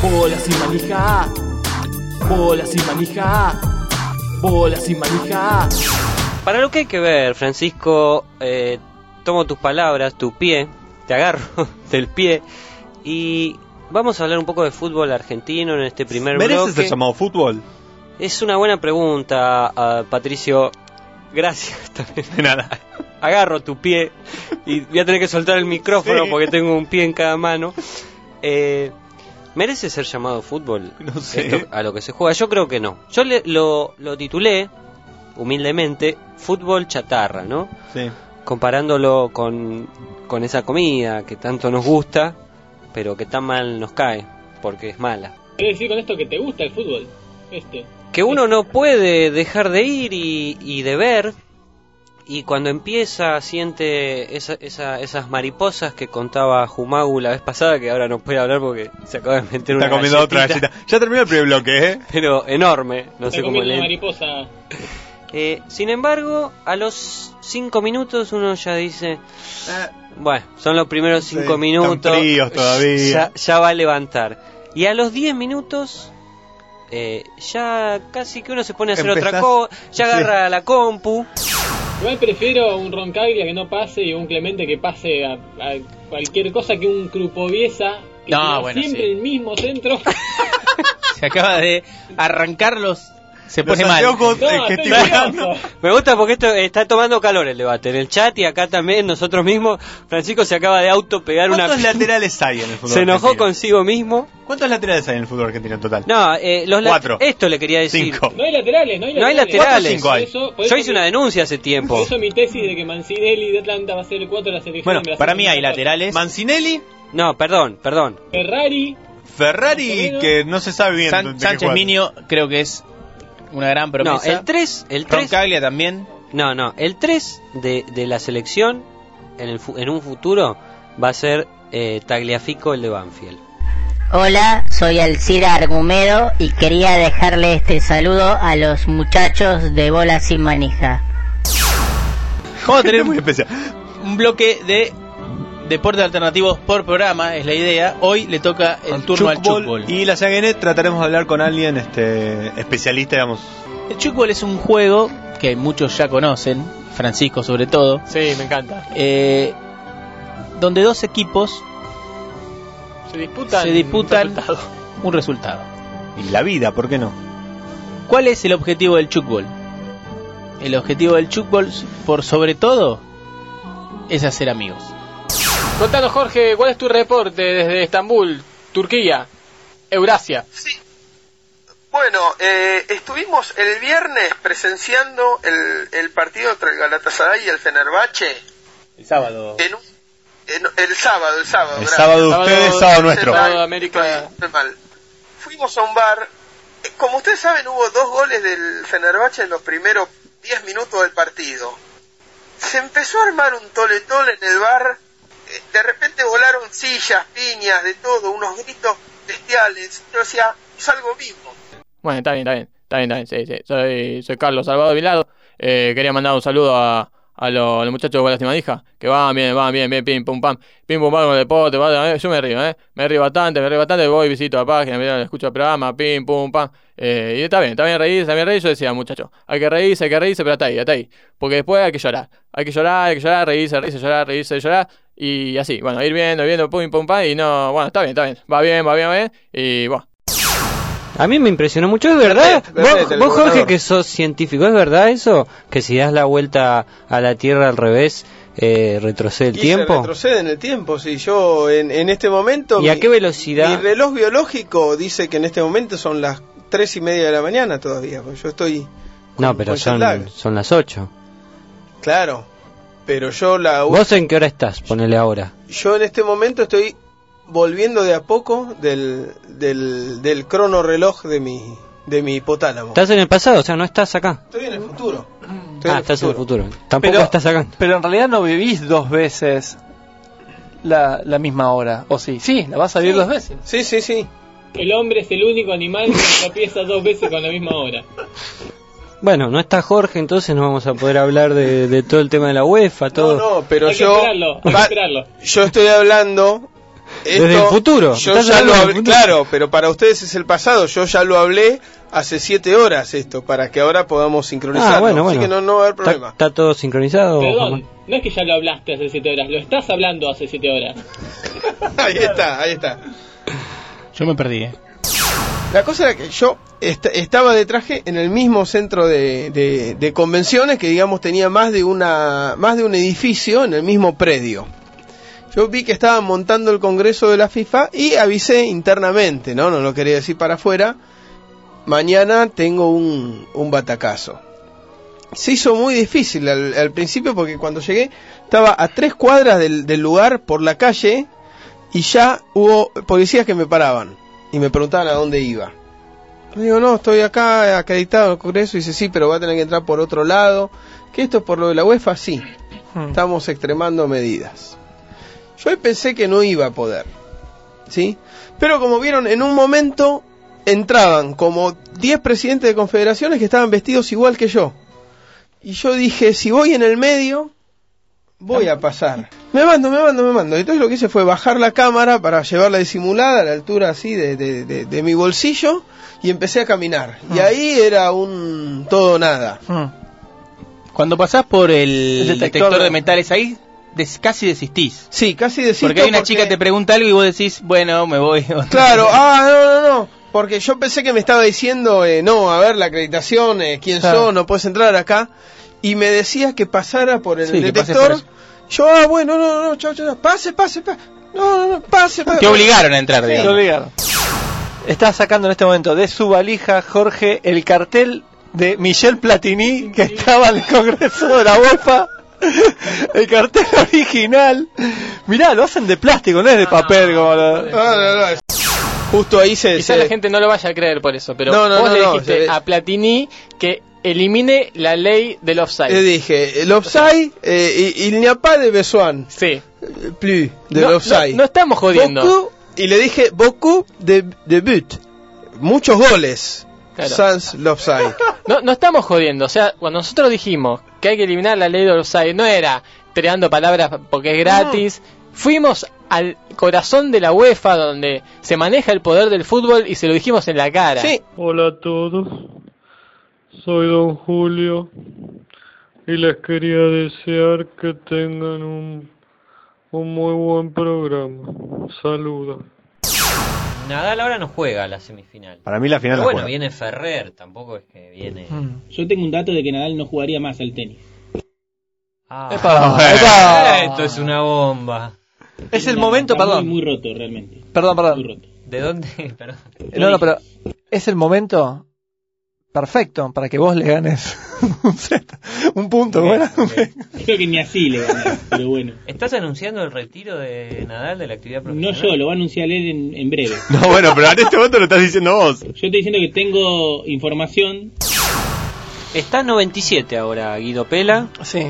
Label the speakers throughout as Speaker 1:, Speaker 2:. Speaker 1: Bola sin manija. Bola sin manija. Bola sin manija.
Speaker 2: Para lo que hay que ver, Francisco, eh, tomo tus palabras, tu pie, te agarro del pie y vamos a hablar un poco de fútbol argentino en este primer
Speaker 3: ¿Mereces
Speaker 2: bloque.
Speaker 3: el llamado fútbol?
Speaker 2: Es una buena pregunta, ah, Patricio. Gracias también.
Speaker 3: De nada.
Speaker 2: agarro tu pie y voy a tener que soltar el micrófono
Speaker 3: Sí.
Speaker 2: porque tengo un pie en cada mano. Eh, ¿Merece ser llamado fútbol?
Speaker 3: No sé.
Speaker 2: Esto a lo que se juega, yo creo que no. Yo le- lo, lo titulé, humildemente, fútbol chatarra, ¿no?
Speaker 3: Sí.
Speaker 2: Comparándolo con, con esa comida que tanto nos gusta, pero que tan mal nos cae, porque es mala.
Speaker 4: Quiere decir con esto que te gusta el fútbol. Este.
Speaker 2: que uno no puede dejar de ir y, y de ver y cuando empieza siente esa- esa- esas mariposas que contaba Jumagu la vez pasada que ahora no puede hablar porque se acaba de meter una
Speaker 3: Está comiendo otra
Speaker 2: galletita,
Speaker 3: galleta. Ya terminó el primer bloque, ¿eh?
Speaker 2: pero enorme no
Speaker 4: Te
Speaker 2: sé cómo
Speaker 4: comiendo una
Speaker 2: leer
Speaker 4: mariposa.
Speaker 2: Eh, sin embargo a los cinco minutos uno ya dice bueno son los primeros
Speaker 3: Sí,
Speaker 2: cinco
Speaker 3: están
Speaker 2: minutos
Speaker 3: fríos todavía.
Speaker 2: ya, ya va a levantar y a los 10 minutos eh, ya casi que uno se pone a hacer otra
Speaker 3: Empezás-
Speaker 2: cosa ya
Speaker 3: Sí.
Speaker 2: agarra la compu
Speaker 4: Igual prefiero un Roncaglia que no pase y un Clemente que pase a, a cualquier cosa que un Crupoviesa que
Speaker 5: No,
Speaker 4: tira
Speaker 5: bueno,
Speaker 4: siempre
Speaker 5: sí.
Speaker 4: el mismo centro.
Speaker 5: Se acaba de arrancarlos. Se
Speaker 3: Los
Speaker 5: pone mal.
Speaker 3: anteojos,
Speaker 4: No,
Speaker 3: eh,
Speaker 4: estoy
Speaker 3: gesticulando.
Speaker 4: nervioso.
Speaker 2: Me gusta porque esto está tomando calor el debate en el chat y acá también nosotros mismos. Francisco se acaba de auto pegar una.
Speaker 3: ¿Cuántos laterales hay en el fútbol
Speaker 2: Se enojó
Speaker 3: argentino?
Speaker 2: consigo mismo.
Speaker 3: ¿Cuántos laterales hay en el fútbol argentino en total?
Speaker 2: No, eh, los late-
Speaker 3: Cuatro.
Speaker 2: Esto le quería decir.
Speaker 3: Cinco.
Speaker 4: No hay laterales, no hay laterales.
Speaker 2: No hay laterales.
Speaker 3: Cuatro o cinco hay.
Speaker 4: Por eso- por
Speaker 2: Yo
Speaker 4: eso
Speaker 2: hice
Speaker 4: mi-
Speaker 2: una denuncia hace tiempo.
Speaker 4: Por eso mi tesis de que Mancinelli de Atlanta va a ser el 4 de la selección.
Speaker 5: Bueno,
Speaker 4: de la
Speaker 5: para mí hay
Speaker 4: selección.
Speaker 5: laterales.
Speaker 3: Mancinelli,
Speaker 2: No, perdón, perdón.
Speaker 4: Ferrari.
Speaker 3: Ferrari,
Speaker 4: Mancinelli.
Speaker 3: que no se sabe bien.
Speaker 5: San-
Speaker 3: dónde- de qué
Speaker 5: Sánchez
Speaker 3: juega.
Speaker 5: Minio creo que es una gran
Speaker 2: No,
Speaker 5: promesa.
Speaker 2: el 3, el 3.
Speaker 5: Roncaglia también.
Speaker 2: No, no, el 3 de, de la selección en, el fu- en un futuro va a ser eh, Tagliafico el de Banfield.
Speaker 6: Hola, soy Alcira Argumedo y quería dejarle este saludo a los muchachos de Bola Sin Manija.
Speaker 5: Vamos a tener
Speaker 3: Es muy especial.
Speaker 5: un bloque de deportes alternativos por programa, es la idea. Hoy le toca el
Speaker 3: Al
Speaker 5: turno al
Speaker 3: chukbol
Speaker 5: chukbol.
Speaker 3: Y la Saguenet trataremos de hablar con alguien este, especialista, digamos.
Speaker 5: El chukbol es un juego que muchos ya conocen, Francisco sobre todo,
Speaker 4: Sí, me encanta.
Speaker 5: eh, donde dos equipos
Speaker 4: Se disputan.
Speaker 5: se disputan un resultado.
Speaker 3: Y la vida, ¿por qué no?
Speaker 5: ¿Cuál es el objetivo del chukbol? El objetivo del chukbol, por sobre todo, es hacer amigos.
Speaker 4: Contanos, Jorge, ¿cuál es tu reporte desde Estambul, Turquía, Eurasia?
Speaker 7: Sí. Bueno, eh, estuvimos el viernes presenciando el, el partido entre el Galatasaray y el Fenerbahce
Speaker 5: El sábado.
Speaker 7: en un- en- el sábado, el sábado.
Speaker 3: El
Speaker 7: gracias.
Speaker 3: sábado de
Speaker 4: Sábado-
Speaker 3: ustedes, sábado nuestro.
Speaker 4: sábado de América.
Speaker 7: Estoy mal. Fuimos a un bar. Eh, Como ustedes saben, hubo dos goles del Fenerbahce en los primeros 10 minutos del partido. Se empezó a armar un toletón en el bar. Eh, De repente volaron sillas, piñas, de todo, unos gritos bestiales. Yo decía, es algo vivo.
Speaker 4: Bueno, está bien, está bien, está bien, está bien, sí, sí. Soy, soy Carlos Salvador Vilardo. Eh, quería mandar un saludo a, a, los, a los muchachos de Guadastimadija, que van bien, van bien, bien, pim, pum, pam, pim, pum, pam con el deporte, va, eh, yo me río, ¿eh? Me río bastante, me río bastante, voy, visito la página, mira, escucho el programa, pim, pum, pam. Eh, y está bien, está bien reírse, está bien reírse, yo decía, muchachos, hay que reírse, hay que reírse, pero hasta ahí, hasta ahí. Porque después hay que llorar, hay que llorar, hay que llorar, reírse, reírse, llorar, reírse, llorar. Y así, bueno, ir viendo, viendo, pum, pum, pam, y no, bueno, está bien, está bien, va bien, va bien, va bien, y bueno.
Speaker 2: A mí me impresionó mucho, es verdad.
Speaker 7: Perdés, perdés,
Speaker 2: Vos,
Speaker 7: el
Speaker 2: vos, Jorge,
Speaker 7: gobernador.
Speaker 2: que sos científico, ¿es verdad eso? Que si das la vuelta a la Tierra al revés, eh, retrocede el
Speaker 7: Y Se
Speaker 2: tiempo.
Speaker 7: retrocede en el tiempo, si yo en, en este momento...
Speaker 2: ¿Y a
Speaker 7: mi-
Speaker 2: qué velocidad?
Speaker 7: Mi reloj biológico dice que en este momento son las tres y media de la mañana todavía, pues yo estoy... con-
Speaker 2: No, pero
Speaker 7: con jet
Speaker 2: son,
Speaker 7: lag.
Speaker 2: son las 8.
Speaker 7: Claro, pero yo la...
Speaker 2: ¿Vos en qué hora estás? Ponele ahora.
Speaker 7: Yo en este momento estoy volviendo de a poco del, del, del cronorreloj de mi, de mi hipotálamo.
Speaker 2: Estás en el pasado, o sea, no estás acá.
Speaker 7: Estoy en el futuro. Estoy
Speaker 2: ah, estás en el futuro. Tampoco
Speaker 8: Pero-
Speaker 2: estás acá.
Speaker 8: Pero en realidad no vivís dos veces la, la misma hora. ¿O sí? Sí, la vas a vivir dos veces.
Speaker 7: Sí, sí, sí.
Speaker 4: El hombre es el único animal que tropieza dos veces con la misma hora.
Speaker 2: Bueno, no está Jorge, entonces no vamos a poder hablar de, de todo el tema de la UEFA, todo.
Speaker 7: No, no, pero
Speaker 4: hay que
Speaker 7: yo...
Speaker 4: esperarlo, hay que
Speaker 7: Va-
Speaker 4: esperarlo.
Speaker 7: Yo estoy hablando
Speaker 2: Desde el futuro.
Speaker 7: Yo
Speaker 2: Estás
Speaker 7: ya
Speaker 2: hablando
Speaker 7: lo
Speaker 2: del
Speaker 7: hablé-
Speaker 2: futuro.
Speaker 7: claro, pero para ustedes es el pasado. Yo ya lo hablé hace siete horas esto, para que ahora podamos sincronizarlo.
Speaker 2: Ah, bueno,
Speaker 7: Así
Speaker 2: bueno.
Speaker 7: que no, no va a haber
Speaker 2: ¿Está,
Speaker 7: problema.
Speaker 2: está todo sincronizado?
Speaker 9: Perdón, no es que ya lo hablaste hace 7 horas, lo estás hablando hace 7 horas.
Speaker 7: ahí está, ahí está.
Speaker 5: Yo me perdí, eh.
Speaker 7: La cosa era que yo est- estaba de traje en el mismo centro de, de- de convenciones que digamos tenía más de una más de un edificio en el mismo predio. Yo vi que estaban montando el congreso de la FIFA y avisé internamente, no, no lo quería decir para afuera. Mañana tengo un, un batacazo. Se hizo muy difícil al, al principio porque cuando llegué estaba a tres cuadras del- del lugar por la calle y ya hubo policías que me paraban y me preguntaban a dónde iba. Le digo, no, estoy acá acreditado en el Congreso. Y dice, sí, pero va a tener que entrar por otro lado. Que esto es por lo de la UEFA, sí. Estamos extremando medidas. Yo ahí pensé que no iba a poder. ¿Sí? Pero como vieron, en un momento entraban como 10 presidentes de confederaciones que estaban vestidos igual que yo. Y yo dije, si voy en el medio, voy a pasar. Me mando, me mando, me mando. Entonces lo que hice fue bajar la cámara para llevarla disimulada a la altura así de, de- de- de mi bolsillo y empecé a caminar. Y
Speaker 5: Ah.
Speaker 7: ahí era un todo o nada.
Speaker 5: Cuando pasás por el,
Speaker 7: El detector
Speaker 5: detector,
Speaker 7: de-
Speaker 5: de metales ahí, des- casi desistís.
Speaker 7: Sí, casi decir
Speaker 5: porque hay una chica que te pregunta algo y vos decís, bueno, me voy.
Speaker 7: Claro, ah, no, no, no. Porque yo pensé que me estaba diciendo, eh, no, a ver, la acreditación, eh, quién
Speaker 8: Claro.
Speaker 7: sos, no puedes entrar acá. Y me decías que pasara por el
Speaker 5: Sí, que pases
Speaker 7: detector.
Speaker 5: por eso.
Speaker 7: Yo, ah, bueno, no, no, chao, chao, pase, pase, pase. No, no, no, pase, pase.
Speaker 5: Te obligaron a entrar,
Speaker 7: Sí,
Speaker 5: digamos.
Speaker 7: te
Speaker 8: Está sacando en este momento de su valija, Jorge, el cartel de Michel Platini que estaba en el Congreso de la UEFA. El cartel original. Mirá, lo hacen de plástico, no es de papel como lo-
Speaker 7: No, no, no, es- Justo ahí se.
Speaker 9: Quizá
Speaker 7: se-
Speaker 9: la gente no lo vaya a creer por eso, pero
Speaker 7: No, no,
Speaker 9: vos
Speaker 7: no,
Speaker 9: le
Speaker 7: no,
Speaker 9: dijiste
Speaker 1: eh.
Speaker 7: se ve-
Speaker 5: "Ah,
Speaker 9: a Platini que elimine la ley del offside.
Speaker 7: Le dije, el offside eh, y, y n'y a pas de Besoin.
Speaker 9: Sí.
Speaker 7: eh, Plus, de
Speaker 9: no,
Speaker 7: offside.
Speaker 1: Eh.
Speaker 9: no- no estamos jodiendo.
Speaker 7: Beaucoup- y le dije, beaucoup de, de but. Muchos goles.
Speaker 9: Claro.
Speaker 7: Sans Lopside.
Speaker 9: No, no estamos jodiendo. O sea, cuando nosotros dijimos que hay que eliminar la ley de offside, no era creando palabras porque es gratis. Fuimos al corazón de la UEFA donde se maneja el poder del fútbol y se lo dijimos en la cara.
Speaker 7: Sí,
Speaker 10: Hola a todos, soy don Julio y les quería desear que tengan un, un muy buen programa. Saludos.
Speaker 11: Nadal ahora no juega la semifinal.
Speaker 3: Para mí la final
Speaker 11: Pero
Speaker 3: la
Speaker 11: bueno,
Speaker 3: juega.
Speaker 11: viene Ferrer, tampoco es que viene.
Speaker 7: Mm.
Speaker 9: Yo tengo un dato de que Nadal no jugaría más al tenis.
Speaker 11: Ah,
Speaker 8: Epa, epa.
Speaker 11: Esto es una bomba.
Speaker 8: Es el momento, perdón.
Speaker 9: roto realmente.
Speaker 8: Perdón, perdón. Eh,
Speaker 11: ¿De dónde? Perdón.
Speaker 8: No, no, pero es el momento perfecto para que vos le ganes un set, un punto. bueno.
Speaker 9: Creo que ni así le ganas, pero bueno.
Speaker 11: ¿Estás anunciando el retiro de Nadal de la actividad
Speaker 9: No
Speaker 11: profesional?
Speaker 9: yo, lo va a anunciar él en, en breve.
Speaker 3: No, bueno, pero en este momento lo estás diciendo vos.
Speaker 9: Yo estoy diciendo que tengo información.
Speaker 2: Está en 97 ahora Guido Pela.
Speaker 8: Sí.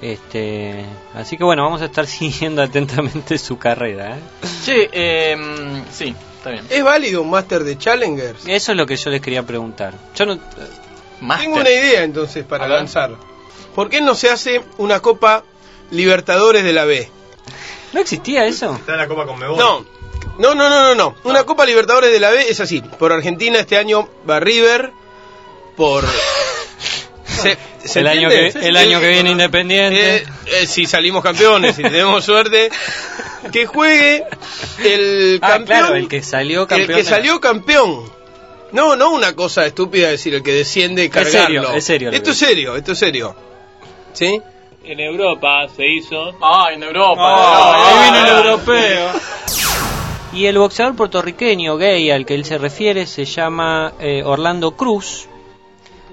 Speaker 2: Este, así que bueno, vamos a estar siguiendo atentamente su carrera. ¿eh?
Speaker 4: Sí, eh, mm, sí, está bien.
Speaker 7: ¿Es válido un Master de Challengers?
Speaker 2: Eso es lo que yo les quería preguntar. Yo no,
Speaker 4: Master.
Speaker 7: Tengo una idea entonces para lanzar. ¿Por qué no se hace una Copa Libertadores de la B?
Speaker 2: ¿No existía eso?
Speaker 3: Está en la copa con Mebol.
Speaker 7: No, no, no, no, no, no. Una Copa Libertadores de la B es así. Por Argentina este año va River. Por. Se- ¿se
Speaker 2: el año que,
Speaker 7: entiende?
Speaker 2: el año que viene Independiente.
Speaker 7: Eh, eh, si salimos campeones, si tenemos suerte, que juegue el
Speaker 2: ah,
Speaker 7: campeón.
Speaker 2: claro, el que salió campeón.
Speaker 7: el
Speaker 2: de
Speaker 7: que
Speaker 2: la-
Speaker 7: salió campeón. No, no una cosa estúpida decir el que desciende y cargarlo.
Speaker 2: serio, es serio lo
Speaker 7: Esto
Speaker 2: que
Speaker 7: es serio, esto es serio. ¿Sí?
Speaker 9: En Europa se hizo.
Speaker 4: Ah, en Europa. eh.
Speaker 2: ahí
Speaker 4: en
Speaker 2: vino el
Speaker 4: Europa.
Speaker 2: europeo. Y el boxeador puertorriqueño gay al que él se refiere se llama eh, Orlando Cruz.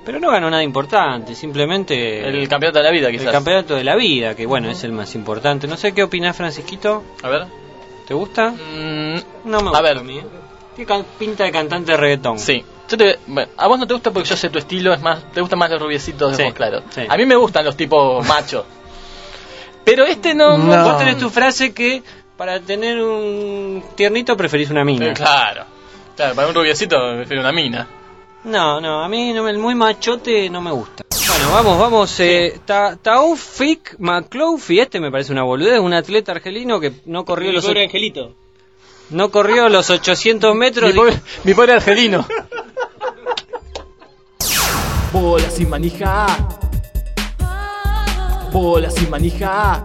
Speaker 2: Pero no ganó nada importante, simplemente
Speaker 4: El campeonato de la vida,
Speaker 2: Eh, el
Speaker 4: quizás.
Speaker 2: campeonato de la vida, que bueno, es el más importante. No sé qué opinás, Francisquito.
Speaker 4: A ver.
Speaker 2: ¿Te gusta?
Speaker 4: Mm,
Speaker 2: No me
Speaker 4: A
Speaker 2: gusta
Speaker 4: ver.
Speaker 2: a mí, ¿eh? Tiene can- pinta de cantante de reggaetón.
Speaker 4: Sí. Yo te- bueno, a vos no te gusta porque yo sé tu estilo, es más, te gustan más los rubiecitos de
Speaker 2: Sí,
Speaker 4: vos, claro.
Speaker 2: sí.
Speaker 4: A mí me gustan los tipos machos. Pero este no.
Speaker 8: No.
Speaker 2: Vos tenés tu frase que para tener un tiernito preferís una mina.
Speaker 4: Eh, claro. Claro, para un rubiecito me prefiero una mina.
Speaker 2: No, no, a mí no me- el muy machote no me gusta. Bueno, vamos, vamos. Eh, Ta- Taufik McCloughey, este me parece una boludez, un atleta argelino que no corrió
Speaker 12: Mi
Speaker 2: los
Speaker 12: pobre angelito.
Speaker 2: no corrió los 800 metros. Mi pobre,
Speaker 9: argelino.
Speaker 1: Bola sin manija. Bola sin manija.